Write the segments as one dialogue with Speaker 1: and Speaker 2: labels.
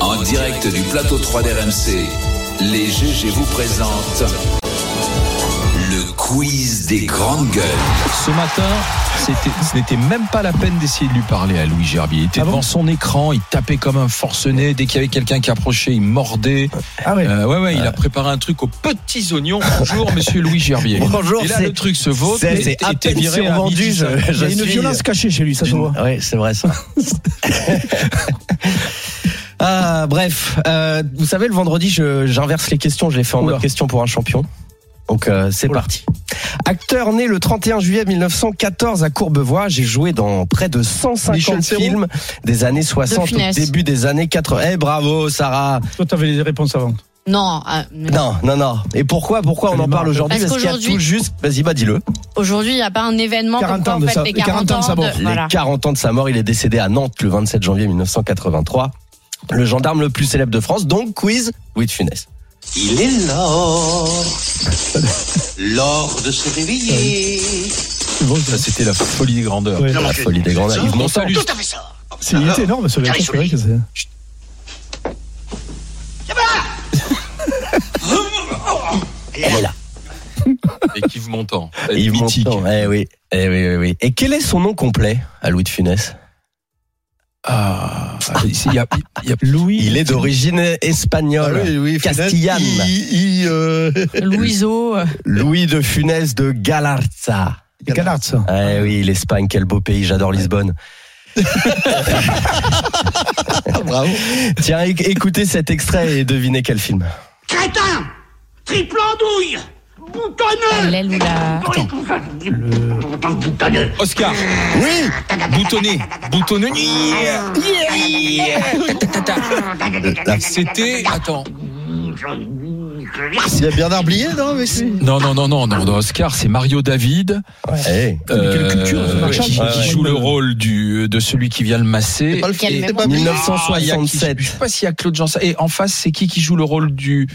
Speaker 1: En direct du plateau 3 d'RMC, les GG vous présentent le quiz des grandes gueules.
Speaker 2: Ce matin, c'était- ce n'était même pas la peine d'essayer de lui parler à Louis Gerbier. Il était
Speaker 3: Ah bon
Speaker 2: devant son écran, il tapait comme un forcené. Dès qu'il y avait quelqu'un qui approchait, il mordait.
Speaker 3: Ah ouais.
Speaker 2: Euh, ouais, ouais, il a préparé un truc aux petits oignons. Bonjour, monsieur Louis Gerbier.
Speaker 4: Bonjour,
Speaker 2: Et là,
Speaker 4: c'est-
Speaker 2: le truc se vaut.
Speaker 4: c'est- c'est à peine survendu, je-
Speaker 3: Il y a une
Speaker 4: suis,
Speaker 3: violence
Speaker 4: euh,
Speaker 3: cachée chez lui, ça se voit.
Speaker 4: Oui, c'est vrai ça. ah, bref, euh, vous savez, le vendredi, je- j'inverse les questions. Je les fais en
Speaker 3: Oula.
Speaker 4: mode question pour un champion. Donc, euh, c'est
Speaker 3: Oula.
Speaker 4: parti. Acteur né le 31 juillet 1914 à Courbevoie, j'ai joué dans près de 150
Speaker 3: Michel Serrault.
Speaker 4: films des années 60 au
Speaker 5: Funès.
Speaker 4: début des années 80. Eh bravo Sarah.
Speaker 3: Toi, t'avais les réponses avant.
Speaker 5: Non, euh,
Speaker 4: Non, non, non. Et pourquoi pourquoi on en
Speaker 3: Tellement.
Speaker 4: parle aujourd'hui
Speaker 5: Parce
Speaker 4: Parce qu'il y a
Speaker 5: qu'aujourd'hui-
Speaker 4: tout juste, vas-y, bah dis-le.
Speaker 5: aujourd'hui, il n'y a pas un événement
Speaker 3: 40
Speaker 5: comme quoi
Speaker 3: ans
Speaker 5: on
Speaker 3: de
Speaker 5: fête
Speaker 3: sa-
Speaker 5: les 40 ans de
Speaker 3: sa mort.
Speaker 4: Les
Speaker 5: Voilà.
Speaker 4: 40 ans de sa mort, il est décédé à Nantes le 27 janvier 1983. Le gendarme le plus célèbre de France, donc quiz Louis de Funès.
Speaker 6: Il est l'or, l'or de se réveiller.
Speaker 2: Ça, c'était la folie des grandeurs.
Speaker 3: Ouais.
Speaker 4: La folie des grands Yves Montand.
Speaker 2: Salut.
Speaker 6: Tout à fait ça.
Speaker 3: C'est il était énorme ce
Speaker 6: Allez,
Speaker 3: réponse, c'est vrai que
Speaker 6: Sophie.
Speaker 3: c'est.
Speaker 4: Elle est là.
Speaker 2: Et Yves Montand.
Speaker 4: Yves
Speaker 2: mythique.
Speaker 4: Montand. Eh oui. Eh oui, oui, oui. Et quel est son nom complet à Louis de Funès
Speaker 2: Ah, il y a, il y a-
Speaker 3: Louis.
Speaker 4: Il est Ah d'origine espagnole. Castillane.
Speaker 5: Louiseau, euh,
Speaker 4: Louis de Funès de Galarza.
Speaker 3: Et Galard, ça.
Speaker 4: Eh oui, l'Espagne, quel beau pays, j'adore Lisbonne. Bravo. Tiens, éc- écoutez cet extrait et devinez quel film.
Speaker 6: Crétin, triple andouille, boutonneux.
Speaker 5: l'aile ou la.
Speaker 6: Boutonneux.
Speaker 2: Oscar.
Speaker 4: Oui
Speaker 2: Boutonné. Boutonné. Ta, ta, ta. C'était. Attends.
Speaker 6: C'était.
Speaker 4: Il y a Bernard Blier, non mais c'est...
Speaker 2: Non, non, non, non, non. non, Oscar, c'est Mario David.
Speaker 4: Eh.
Speaker 3: Ah,
Speaker 4: Euh,
Speaker 2: euh,
Speaker 3: Mais quelle culture, ce machin.
Speaker 2: qui, qui
Speaker 3: Ouais, ouais.
Speaker 2: joue le rôle du, de celui qui vient le masser.
Speaker 5: Quel
Speaker 2: Et-
Speaker 5: mémoire.
Speaker 2: Ah, il y a qui- je
Speaker 4: 1967.
Speaker 2: sais pas s'il y a Claude Janssen. Et en face, c'est qui qui joue le rôle du.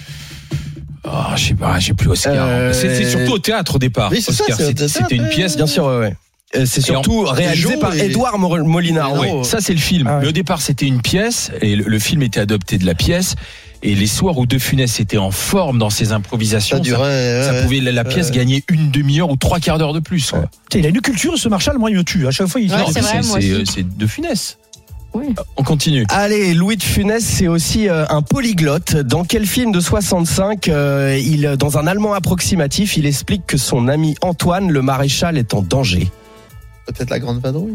Speaker 2: Ah, je sais pas, j'ai plus Oscar.
Speaker 4: Euh,
Speaker 2: C'est c'est surtout au théâtre au départ.
Speaker 4: Ah,
Speaker 7: Oui, c'est ça,
Speaker 2: Oscar,
Speaker 7: c'est au
Speaker 2: c'était-
Speaker 7: théâtre,
Speaker 2: c'était une
Speaker 7: ouais.
Speaker 2: pièce.
Speaker 4: Bien sûr, ouais, ouais. Euh, c'est
Speaker 2: Et en-
Speaker 4: surtout réalisé
Speaker 7: Joe
Speaker 4: par
Speaker 7: et-
Speaker 4: Édouard Mor- Molinaro.
Speaker 2: Ouais,
Speaker 4: Ouais.
Speaker 2: ça c'est le film.
Speaker 3: Ah ouais.
Speaker 2: Mais au départ c'était une pièce et le, le film était adopté de la pièce. Et les soirs où De Funès était en forme dans ses improvisations,
Speaker 7: Ça
Speaker 2: ça,
Speaker 7: durait.
Speaker 2: ça
Speaker 7: ouais, Euh.
Speaker 2: pouvait la, la pièce gagner une demi-heure ou trois quarts d'heure de plus. quoi.
Speaker 3: Putain, Il a une culture, ce Marshall, moi, il me tue. À chaque fois, il
Speaker 5: Ouais,
Speaker 2: Non,
Speaker 5: c'est
Speaker 2: mais
Speaker 5: vrai, moi aussi.
Speaker 2: euh, c'est De Funès.
Speaker 5: Oui.
Speaker 2: On continue.
Speaker 4: Allez, Louis de Funès, c'est aussi euh, un polyglotte. Dans quel film de 65, euh, il, euh, dans un allemand approximatif, il explique que son ami Antoine, le maréchal, est en danger.
Speaker 7: Peut-être la grande vadrouille.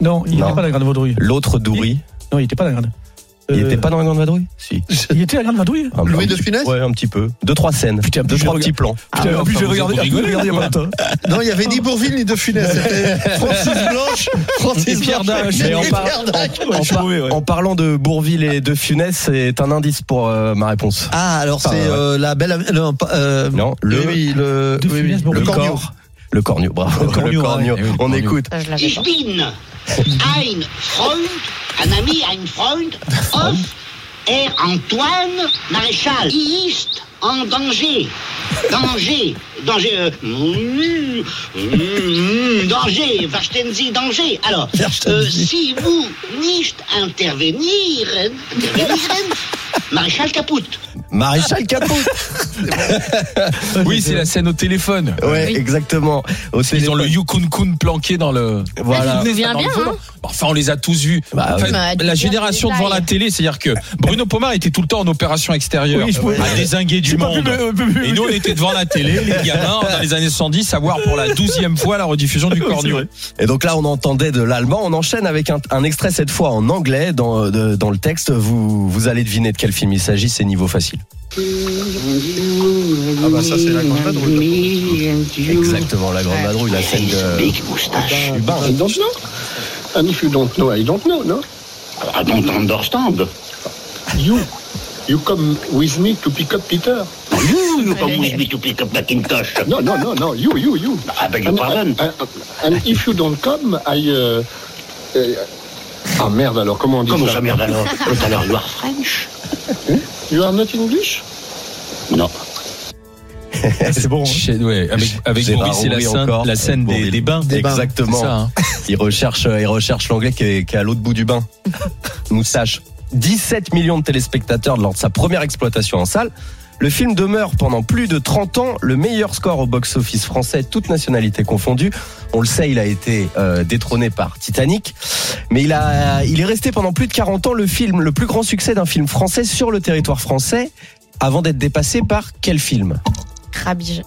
Speaker 3: Non, il
Speaker 4: Non.
Speaker 3: n'était pas la grande vadrouille.
Speaker 4: L'autre dourit.
Speaker 3: Non, il n'était pas la grande.
Speaker 4: Il
Speaker 3: Euh,
Speaker 4: était pas dans la grande vadrouille Si.
Speaker 3: Il était la grande vadrouille
Speaker 4: Un-
Speaker 7: Louis
Speaker 4: un
Speaker 7: de
Speaker 4: petit-
Speaker 7: Funès
Speaker 4: Ouais, un petit peu. Deux, trois scènes.
Speaker 3: Putain,
Speaker 4: Deux,
Speaker 3: je
Speaker 4: trois
Speaker 3: regarde-
Speaker 4: petits plans.
Speaker 3: Putain,
Speaker 2: Ah
Speaker 7: Ah,
Speaker 2: ouais,
Speaker 3: en plus,
Speaker 2: enfin,
Speaker 3: j'ai
Speaker 2: vous hein.
Speaker 3: regardé
Speaker 2: êtes
Speaker 3: en plus, j'ai
Speaker 2: rigolés,
Speaker 3: regardé il y a pas longtemps.
Speaker 7: Non, il y avait ni Bourville ni de Funès. C'était Francis Blanche, Francis
Speaker 2: Et Pierre
Speaker 7: Blanche
Speaker 2: Dac.
Speaker 7: et
Speaker 4: Mais en par-
Speaker 7: Pierre Dac.
Speaker 4: En, par- en parlant de Bourville et de Funès, c'est un indice pour euh, ma réponse.
Speaker 7: Ah, alors c'est
Speaker 4: Ah, ouais.
Speaker 7: euh, la belle. am- non, pas, euh,
Speaker 4: Non, le,
Speaker 7: oui, oui, le.
Speaker 3: De
Speaker 7: oui,
Speaker 3: Funès,
Speaker 7: oui,
Speaker 3: bon,
Speaker 7: le
Speaker 3: le
Speaker 7: corneau.
Speaker 4: corps. Le corneau, bravo.
Speaker 3: Le corneau,
Speaker 2: ouais. Eh oui, le
Speaker 4: On
Speaker 2: corneau.
Speaker 4: écoute.
Speaker 5: Ça, je l'avais
Speaker 6: Ich
Speaker 5: pas.
Speaker 6: bin ein Freund, un ami, ein Freund of Herr Antoine Maréchal. Il ist en danger. Danger. Danger. euh, mm, mm, danger. Verstehen Sie, danger. Alors,
Speaker 7: Verstehen
Speaker 6: euh,
Speaker 7: Sie.
Speaker 6: si vous nicht intervenieren, intervenieren Maréchal Caput.
Speaker 4: Maréchal Capot.
Speaker 2: Oui, c'est la scène au téléphone.
Speaker 4: Ouais, exactement.
Speaker 2: Ils
Speaker 4: Au
Speaker 2: ont
Speaker 4: téléphone.
Speaker 2: le Yukon Kun planqué dans le.
Speaker 4: Voilà.
Speaker 5: Ah, je me souviens
Speaker 2: Dans le
Speaker 5: bien,
Speaker 2: volant.
Speaker 5: hein.
Speaker 2: Enfin, on les a tous vus.
Speaker 4: Bah,
Speaker 2: En fait,
Speaker 4: oui.
Speaker 5: Mais,
Speaker 2: la
Speaker 5: dis-moi
Speaker 2: génération
Speaker 5: les
Speaker 2: devant la
Speaker 5: détails.
Speaker 2: télé, c'est-à-dire que Bruno Pomar était tout le temps en opération extérieure,
Speaker 3: Oui, je pouvais-
Speaker 2: à désinguer du
Speaker 3: J'ai pas euh, pu
Speaker 2: monde.
Speaker 3: me- me- me-
Speaker 2: Et nous, on était devant la télé, les gamins, dans les années 110, à voir pour la douzième fois la rediffusion du
Speaker 3: Oui, c'est
Speaker 2: Cornu.
Speaker 3: vrai.
Speaker 4: Et donc là, on entendait de l'allemand. On enchaîne avec un, un extrait cette fois en anglais dans, euh, de- dans le texte. Vous, vous allez deviner de quel film il s'agit. C'est niveau facile.
Speaker 7: Ah, bah ça, c'est la grande vadrouille.
Speaker 4: Exactement, la grande vadrouille, la scène de
Speaker 6: Big moustache.
Speaker 4: Hubin.
Speaker 8: I don't know. And if you don't know, I don't know, no?
Speaker 6: I don't understand.
Speaker 8: You, you come with me to pick up Peter.
Speaker 6: You, you come with me to pick up Macintosh.
Speaker 8: No, no, no, no. You, you, you.
Speaker 6: I beg your
Speaker 8: And-
Speaker 6: pardon.
Speaker 8: And, and if you don't come, I... euh, euh, ah merde alors, comment on dit
Speaker 6: Comment
Speaker 8: ça
Speaker 6: ça merde alors Tout à l'heure, you are French
Speaker 8: You are not English
Speaker 6: Non.
Speaker 3: C'est bon. hein.
Speaker 2: Chez- ouais, avec avec
Speaker 4: Gérard
Speaker 2: Bourvil, c'est la
Speaker 4: Rouy
Speaker 2: scène,
Speaker 4: encore.
Speaker 2: la scène des,
Speaker 4: Bourvil.
Speaker 2: des bains.
Speaker 7: Des bains.
Speaker 2: C'est
Speaker 4: Exactement.
Speaker 2: ça, hein.
Speaker 4: Il recherche, il recherche l'anglais qui est, qui est à l'autre bout du bain. Moustache. 17 millions de téléspectateurs lors de sa première exploitation en salle. Le film demeure pendant plus de 30 ans le meilleur score au box-office français, toutes nationalités confondues. On le sait, il a été euh, détrôné par Titanic, mais il, a, il est resté pendant plus de 40 ans le film, le plus grand succès d'un film français sur le territoire français, avant d'être dépassé par quel film
Speaker 5: Rabige.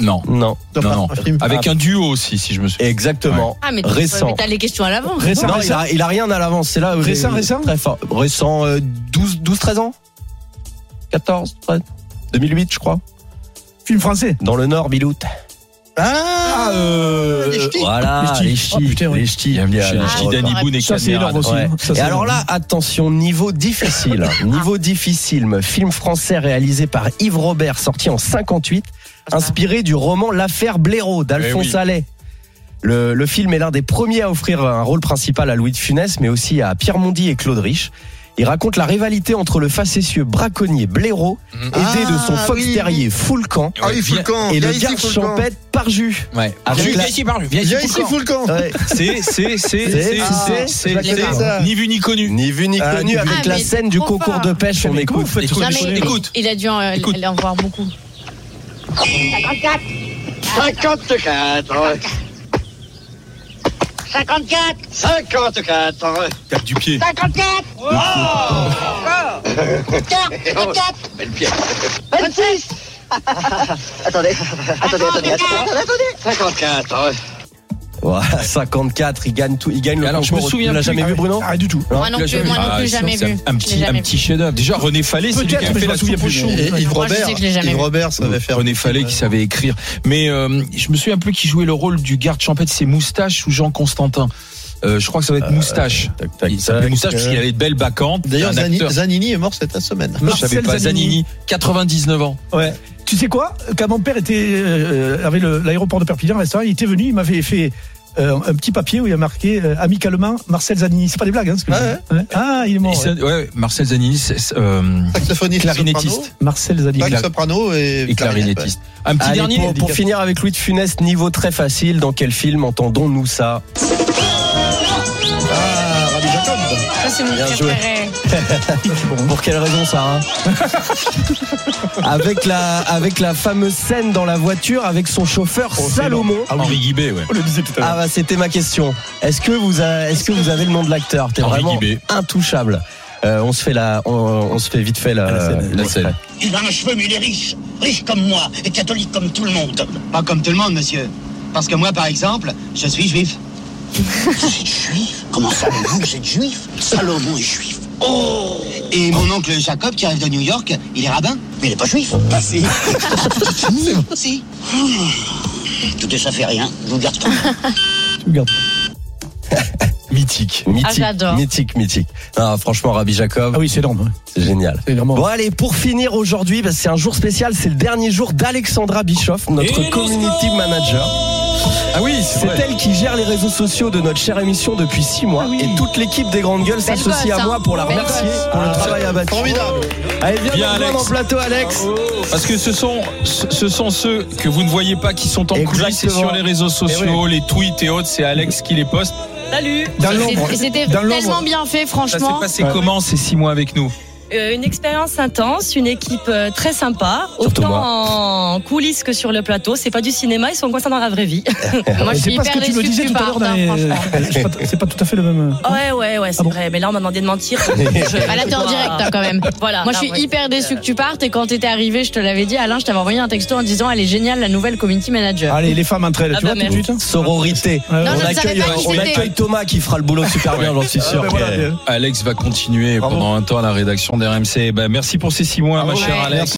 Speaker 2: Non.
Speaker 4: Non.
Speaker 2: Non, non.
Speaker 7: Un film.
Speaker 3: Ah.
Speaker 2: Avec un duo aussi, si je me souviens.
Speaker 4: Exactement.
Speaker 5: Ah, mais tu-
Speaker 4: récent.
Speaker 5: mais t'as les questions à l'avant.
Speaker 3: Récent,
Speaker 4: Non, il
Speaker 3: récent.
Speaker 4: a, il a rien à l'avance. C'est là. où
Speaker 3: Récent,
Speaker 4: j'ai-
Speaker 3: récent
Speaker 4: Très fort. Récent, euh, 12, 12, 13 ans 14, 13, 2008, je crois.
Speaker 3: Film français.
Speaker 4: Dans le Nord, Bilout.
Speaker 7: Ah, euh,
Speaker 4: Les ch'tis. Voilà,
Speaker 3: Les
Speaker 4: les
Speaker 3: ch'tis. Oh,
Speaker 4: ch'tis.
Speaker 3: putain, oui.
Speaker 4: les ch'tis.
Speaker 2: J'aime bien
Speaker 4: Ah,
Speaker 2: les
Speaker 4: ouais.
Speaker 2: ch'tis d'Annie Boone et
Speaker 3: Ça, c'est
Speaker 2: Camérade.
Speaker 3: énorme aussi.
Speaker 4: Ouais.
Speaker 3: Ça,
Speaker 4: Et
Speaker 3: c'est
Speaker 4: alors
Speaker 3: énorme.
Speaker 4: là, attention, niveau difficile. niveau difficile. Film français réalisé par Yves Robert, sorti en 58,
Speaker 5: Ah,
Speaker 4: inspiré du roman L'affaire Blaireau d'Alphonse
Speaker 2: Eh oui.
Speaker 4: Allais. Le, le film est l'un des premiers à offrir un rôle principal à Louis de Funès, mais aussi à Pierre Mondy et Claude Rich. Il raconte la rivalité entre le facétieux braconnier Blaireau,
Speaker 2: Mhm.
Speaker 4: aidé de son
Speaker 7: Ah,
Speaker 4: fox
Speaker 7: oui.
Speaker 4: terrier Foulcan,
Speaker 7: Ah oui, Foulcan.
Speaker 4: et
Speaker 7: Viens
Speaker 4: le
Speaker 7: ici,
Speaker 4: garde
Speaker 7: Foulcan.
Speaker 4: champêtre Parjus.
Speaker 2: Ouais.
Speaker 7: Ah,
Speaker 4: Avec
Speaker 2: Viens
Speaker 4: la-
Speaker 2: ici, parle, viens ici,
Speaker 7: Viens ici,
Speaker 2: Foulcan.
Speaker 7: Foulcan.
Speaker 4: Ouais.
Speaker 2: C'est, c'est, c'est, c'est,
Speaker 4: c'est-
Speaker 2: c'est, c'est,
Speaker 4: c'est-
Speaker 2: c'est, ni vu ni connu.
Speaker 4: Ni vu ni
Speaker 7: Ah,
Speaker 4: connu
Speaker 7: ni vu.
Speaker 4: avec
Speaker 5: Ah,
Speaker 4: la
Speaker 5: mais
Speaker 4: scène du
Speaker 5: trop
Speaker 4: concours
Speaker 5: fort.
Speaker 4: de pêche. On
Speaker 3: Mais comment
Speaker 4: écoute.
Speaker 3: vous faites
Speaker 2: Écoute,
Speaker 5: Non, mais
Speaker 2: écoute.
Speaker 5: Il a dû en,
Speaker 2: Écoute.
Speaker 5: aller en voir beaucoup.
Speaker 6: 54. 54. 54.
Speaker 2: Tape du pied.
Speaker 6: 54. Oh Encore. 44. 26. attendez, attendez, attendez, attendez, attendez. 54.
Speaker 4: Voilà, 54, il gagne tout, il gagne le
Speaker 2: Alors, je
Speaker 4: concours.
Speaker 2: me souviens
Speaker 4: Tu l'as
Speaker 2: plus.
Speaker 4: jamais vu, Bruno
Speaker 3: Ah, du tout.
Speaker 5: Moi
Speaker 2: Là,
Speaker 5: non plus,
Speaker 2: j'avais-
Speaker 5: moi non
Speaker 2: Ah,
Speaker 5: plus,
Speaker 2: sinon,
Speaker 5: jamais
Speaker 2: c'est
Speaker 5: vu.
Speaker 2: Un un
Speaker 5: Je l'ai
Speaker 2: petit, un
Speaker 5: jamais
Speaker 2: petit
Speaker 5: vu.
Speaker 2: chef-d'œuvre. Déjà, René Fallet, c'est lui qui
Speaker 3: Peut-être,
Speaker 2: a
Speaker 3: mais
Speaker 2: fait
Speaker 3: je
Speaker 2: la
Speaker 3: m'en souviens
Speaker 2: soupe.
Speaker 7: Et
Speaker 3: plus.
Speaker 7: Yves
Speaker 5: Moi, je sais
Speaker 7: Robert.
Speaker 5: que je l'ai jamais
Speaker 7: Yves
Speaker 5: vu.
Speaker 7: Robert savait faire.
Speaker 2: René Fallet qui savait écrire. Mais euh, je me souviens plus qui jouait le rôle du garde champêtre, c'est Moustache ou Jean Constantin. Euh, je crois que ça va être Moustache.
Speaker 4: Tac, tac,
Speaker 2: Il s'appelait
Speaker 4: tac.
Speaker 2: Moustache parce qu'il avait de belles bacchantes.
Speaker 7: D'ailleurs,
Speaker 2: un
Speaker 7: Zani-
Speaker 2: acteur.
Speaker 7: Zanini est mort cette semaine.
Speaker 2: Je savais
Speaker 3: Marcel
Speaker 2: pas
Speaker 3: Zanini.
Speaker 2: Zanini, 99 ans.
Speaker 3: Ouais. Tu sais quoi Quand mon père était euh, avait le- l'aéroport de Perpignan, le restaurant, il était venu, il m'avait fait euh, un petit papier où il y a marqué euh, amicalement Marcel Zanini. C'est pas des blagues, hein, ce que
Speaker 7: Ah
Speaker 3: je dis. Ouais. Ah, il est mort.
Speaker 2: Et ça-
Speaker 3: ouais.
Speaker 2: ouais, ouais, Marcel Zanini, c'est- c'est, euh,
Speaker 7: Saxophoniste,
Speaker 2: clarinettiste
Speaker 3: Marcel Zanini.
Speaker 7: Sax soprano et,
Speaker 2: et clarinettiste. Un petit
Speaker 4: Allez,
Speaker 2: dernier.
Speaker 4: pour, pour finir avec Louis de Funès, niveau très facile, dans quel film entendons-nous ça
Speaker 7: Ah, Rabbi Jacob.
Speaker 5: Ça, c'est mon
Speaker 4: Bien joué.
Speaker 5: préféré.
Speaker 4: Pour quelle raison, Sarah Avec la avec la fameuse scène dans la voiture avec son chauffeur
Speaker 2: Oh,
Speaker 4: Salomon.
Speaker 2: Henri Guibé, ouais.
Speaker 3: On Ah Oh, le disait tout à
Speaker 4: Ah bah c'était ma question. Est-ce que vous a- est-ce que vous avez le nom de l'acteur T'es
Speaker 2: Henri
Speaker 4: vraiment
Speaker 2: Guibé.
Speaker 4: intouchable. Euh, on se fait la on, on se fait vite fait la,
Speaker 2: scène. Ah, La scène.
Speaker 6: Il a un cheveu, mais il est riche. Riche comme moi et catholique comme tout le monde. Pas comme tout le monde, monsieur. Parce que moi, par exemple, je suis juif. Vous êtes juif Comment ça, vous êtes juif Salomon est juif. Oh Et mon oncle Jacob, qui arrive de New York, il est rabbin. Mais il n'est pas juif. Ah si. si. Tout ça fait rien. Je vous garde tout.
Speaker 3: Tu regardes.
Speaker 4: mythique,
Speaker 5: Ah,
Speaker 4: mythique,
Speaker 5: j'adore.
Speaker 4: mythique, mythique. Ah, franchement, Rabbi Jacob,
Speaker 3: Ah oui, c'est énorme. ouais.
Speaker 4: c'est génial.
Speaker 3: C'est vraiment.
Speaker 4: Bon allez, pour finir aujourd'hui, parce que c'est un jour spécial, c'est le dernier jour d'Alexandra Bischoff, notre community manager. Ah oui, c'est
Speaker 2: vrai.
Speaker 4: elle qui gère les réseaux sociaux de notre chère émission depuis six mois. Et toute l'équipe des Grandes Gueules
Speaker 5: Ah Belle
Speaker 4: s'associe
Speaker 5: gosse,
Speaker 4: à moi
Speaker 5: hein.
Speaker 4: pour la
Speaker 5: Belle
Speaker 4: remercier
Speaker 5: gosse.
Speaker 3: Ah,
Speaker 4: pour le travail abattu.
Speaker 7: Formidable.
Speaker 4: Allez, viens,
Speaker 2: Bien,
Speaker 4: nous rejoindre
Speaker 2: Alex.
Speaker 4: en plateau, Alex.
Speaker 2: Parce que ce sont, ce ce sont ceux que vous ne voyez pas qui sont en coulisses et
Speaker 4: Exactement.
Speaker 2: sur les réseaux
Speaker 3: Eh
Speaker 2: sociaux, les tweets et autres, c'est Alex qui les poste.
Speaker 9: Salut
Speaker 3: Dans
Speaker 5: Et
Speaker 3: l'ombre.
Speaker 5: c'est- et C'était
Speaker 3: Dans l'ombre.
Speaker 5: tellement bien fait,
Speaker 2: Ça
Speaker 5: franchement.
Speaker 2: s'est passé comment ces six mois avec nous
Speaker 9: Euh, Une expérience intense, une équipe euh, très sympa,
Speaker 4: Surtout
Speaker 9: autant en coulisses que sur le plateau. C'est pas du cinéma, ils sont coincés dans la vraie vie.
Speaker 5: Moi, je
Speaker 3: C'est
Speaker 5: suis
Speaker 3: pas ce
Speaker 5: hyper
Speaker 3: que tu me
Speaker 5: déçue
Speaker 3: disais
Speaker 5: que
Speaker 3: tout à l'heure
Speaker 5: partes,
Speaker 3: dans
Speaker 5: hein,
Speaker 3: les-
Speaker 5: franchement.
Speaker 3: C'est pas- C'est pas tout à fait le même. euh,
Speaker 9: ouais, ouais, ouais, c'est
Speaker 3: bon
Speaker 9: vrai. Mais là, on m'a demandé de mentir. Je-
Speaker 5: Ah, là, t'es en
Speaker 9: Voilà.
Speaker 5: direct, hein, quand même.
Speaker 9: Voilà.
Speaker 5: Moi, je
Speaker 9: Là,
Speaker 5: suis
Speaker 9: ouais.
Speaker 5: hyper déçue que tu partes. Et quand t'étais arrivé, je te l'avais dit, Alain, je t'avais envoyé un texto en disant elle est géniale, la nouvelle community manager.
Speaker 3: Allez, les femmes entre elles,
Speaker 9: Ah
Speaker 3: tu
Speaker 9: bah
Speaker 3: vois, tout de
Speaker 9: merde.
Speaker 3: suite. hein.
Speaker 4: Sororité.
Speaker 3: Ouais, ouais.
Speaker 5: Non,
Speaker 4: on
Speaker 5: je ne savais
Speaker 4: accueille,
Speaker 5: pas qui
Speaker 4: on
Speaker 5: c'était.
Speaker 4: accueille Thomas qui fera le boulot super bien, j'en suis
Speaker 3: Ah,
Speaker 4: sûr.
Speaker 3: bah, voilà, bien.
Speaker 2: Alex va continuer pendant un temps à la rédaction d'RMC. Ben, merci pour ces six mois, ma
Speaker 5: Bravo.
Speaker 3: Ah
Speaker 2: chère
Speaker 5: Ouais.
Speaker 2: Alex.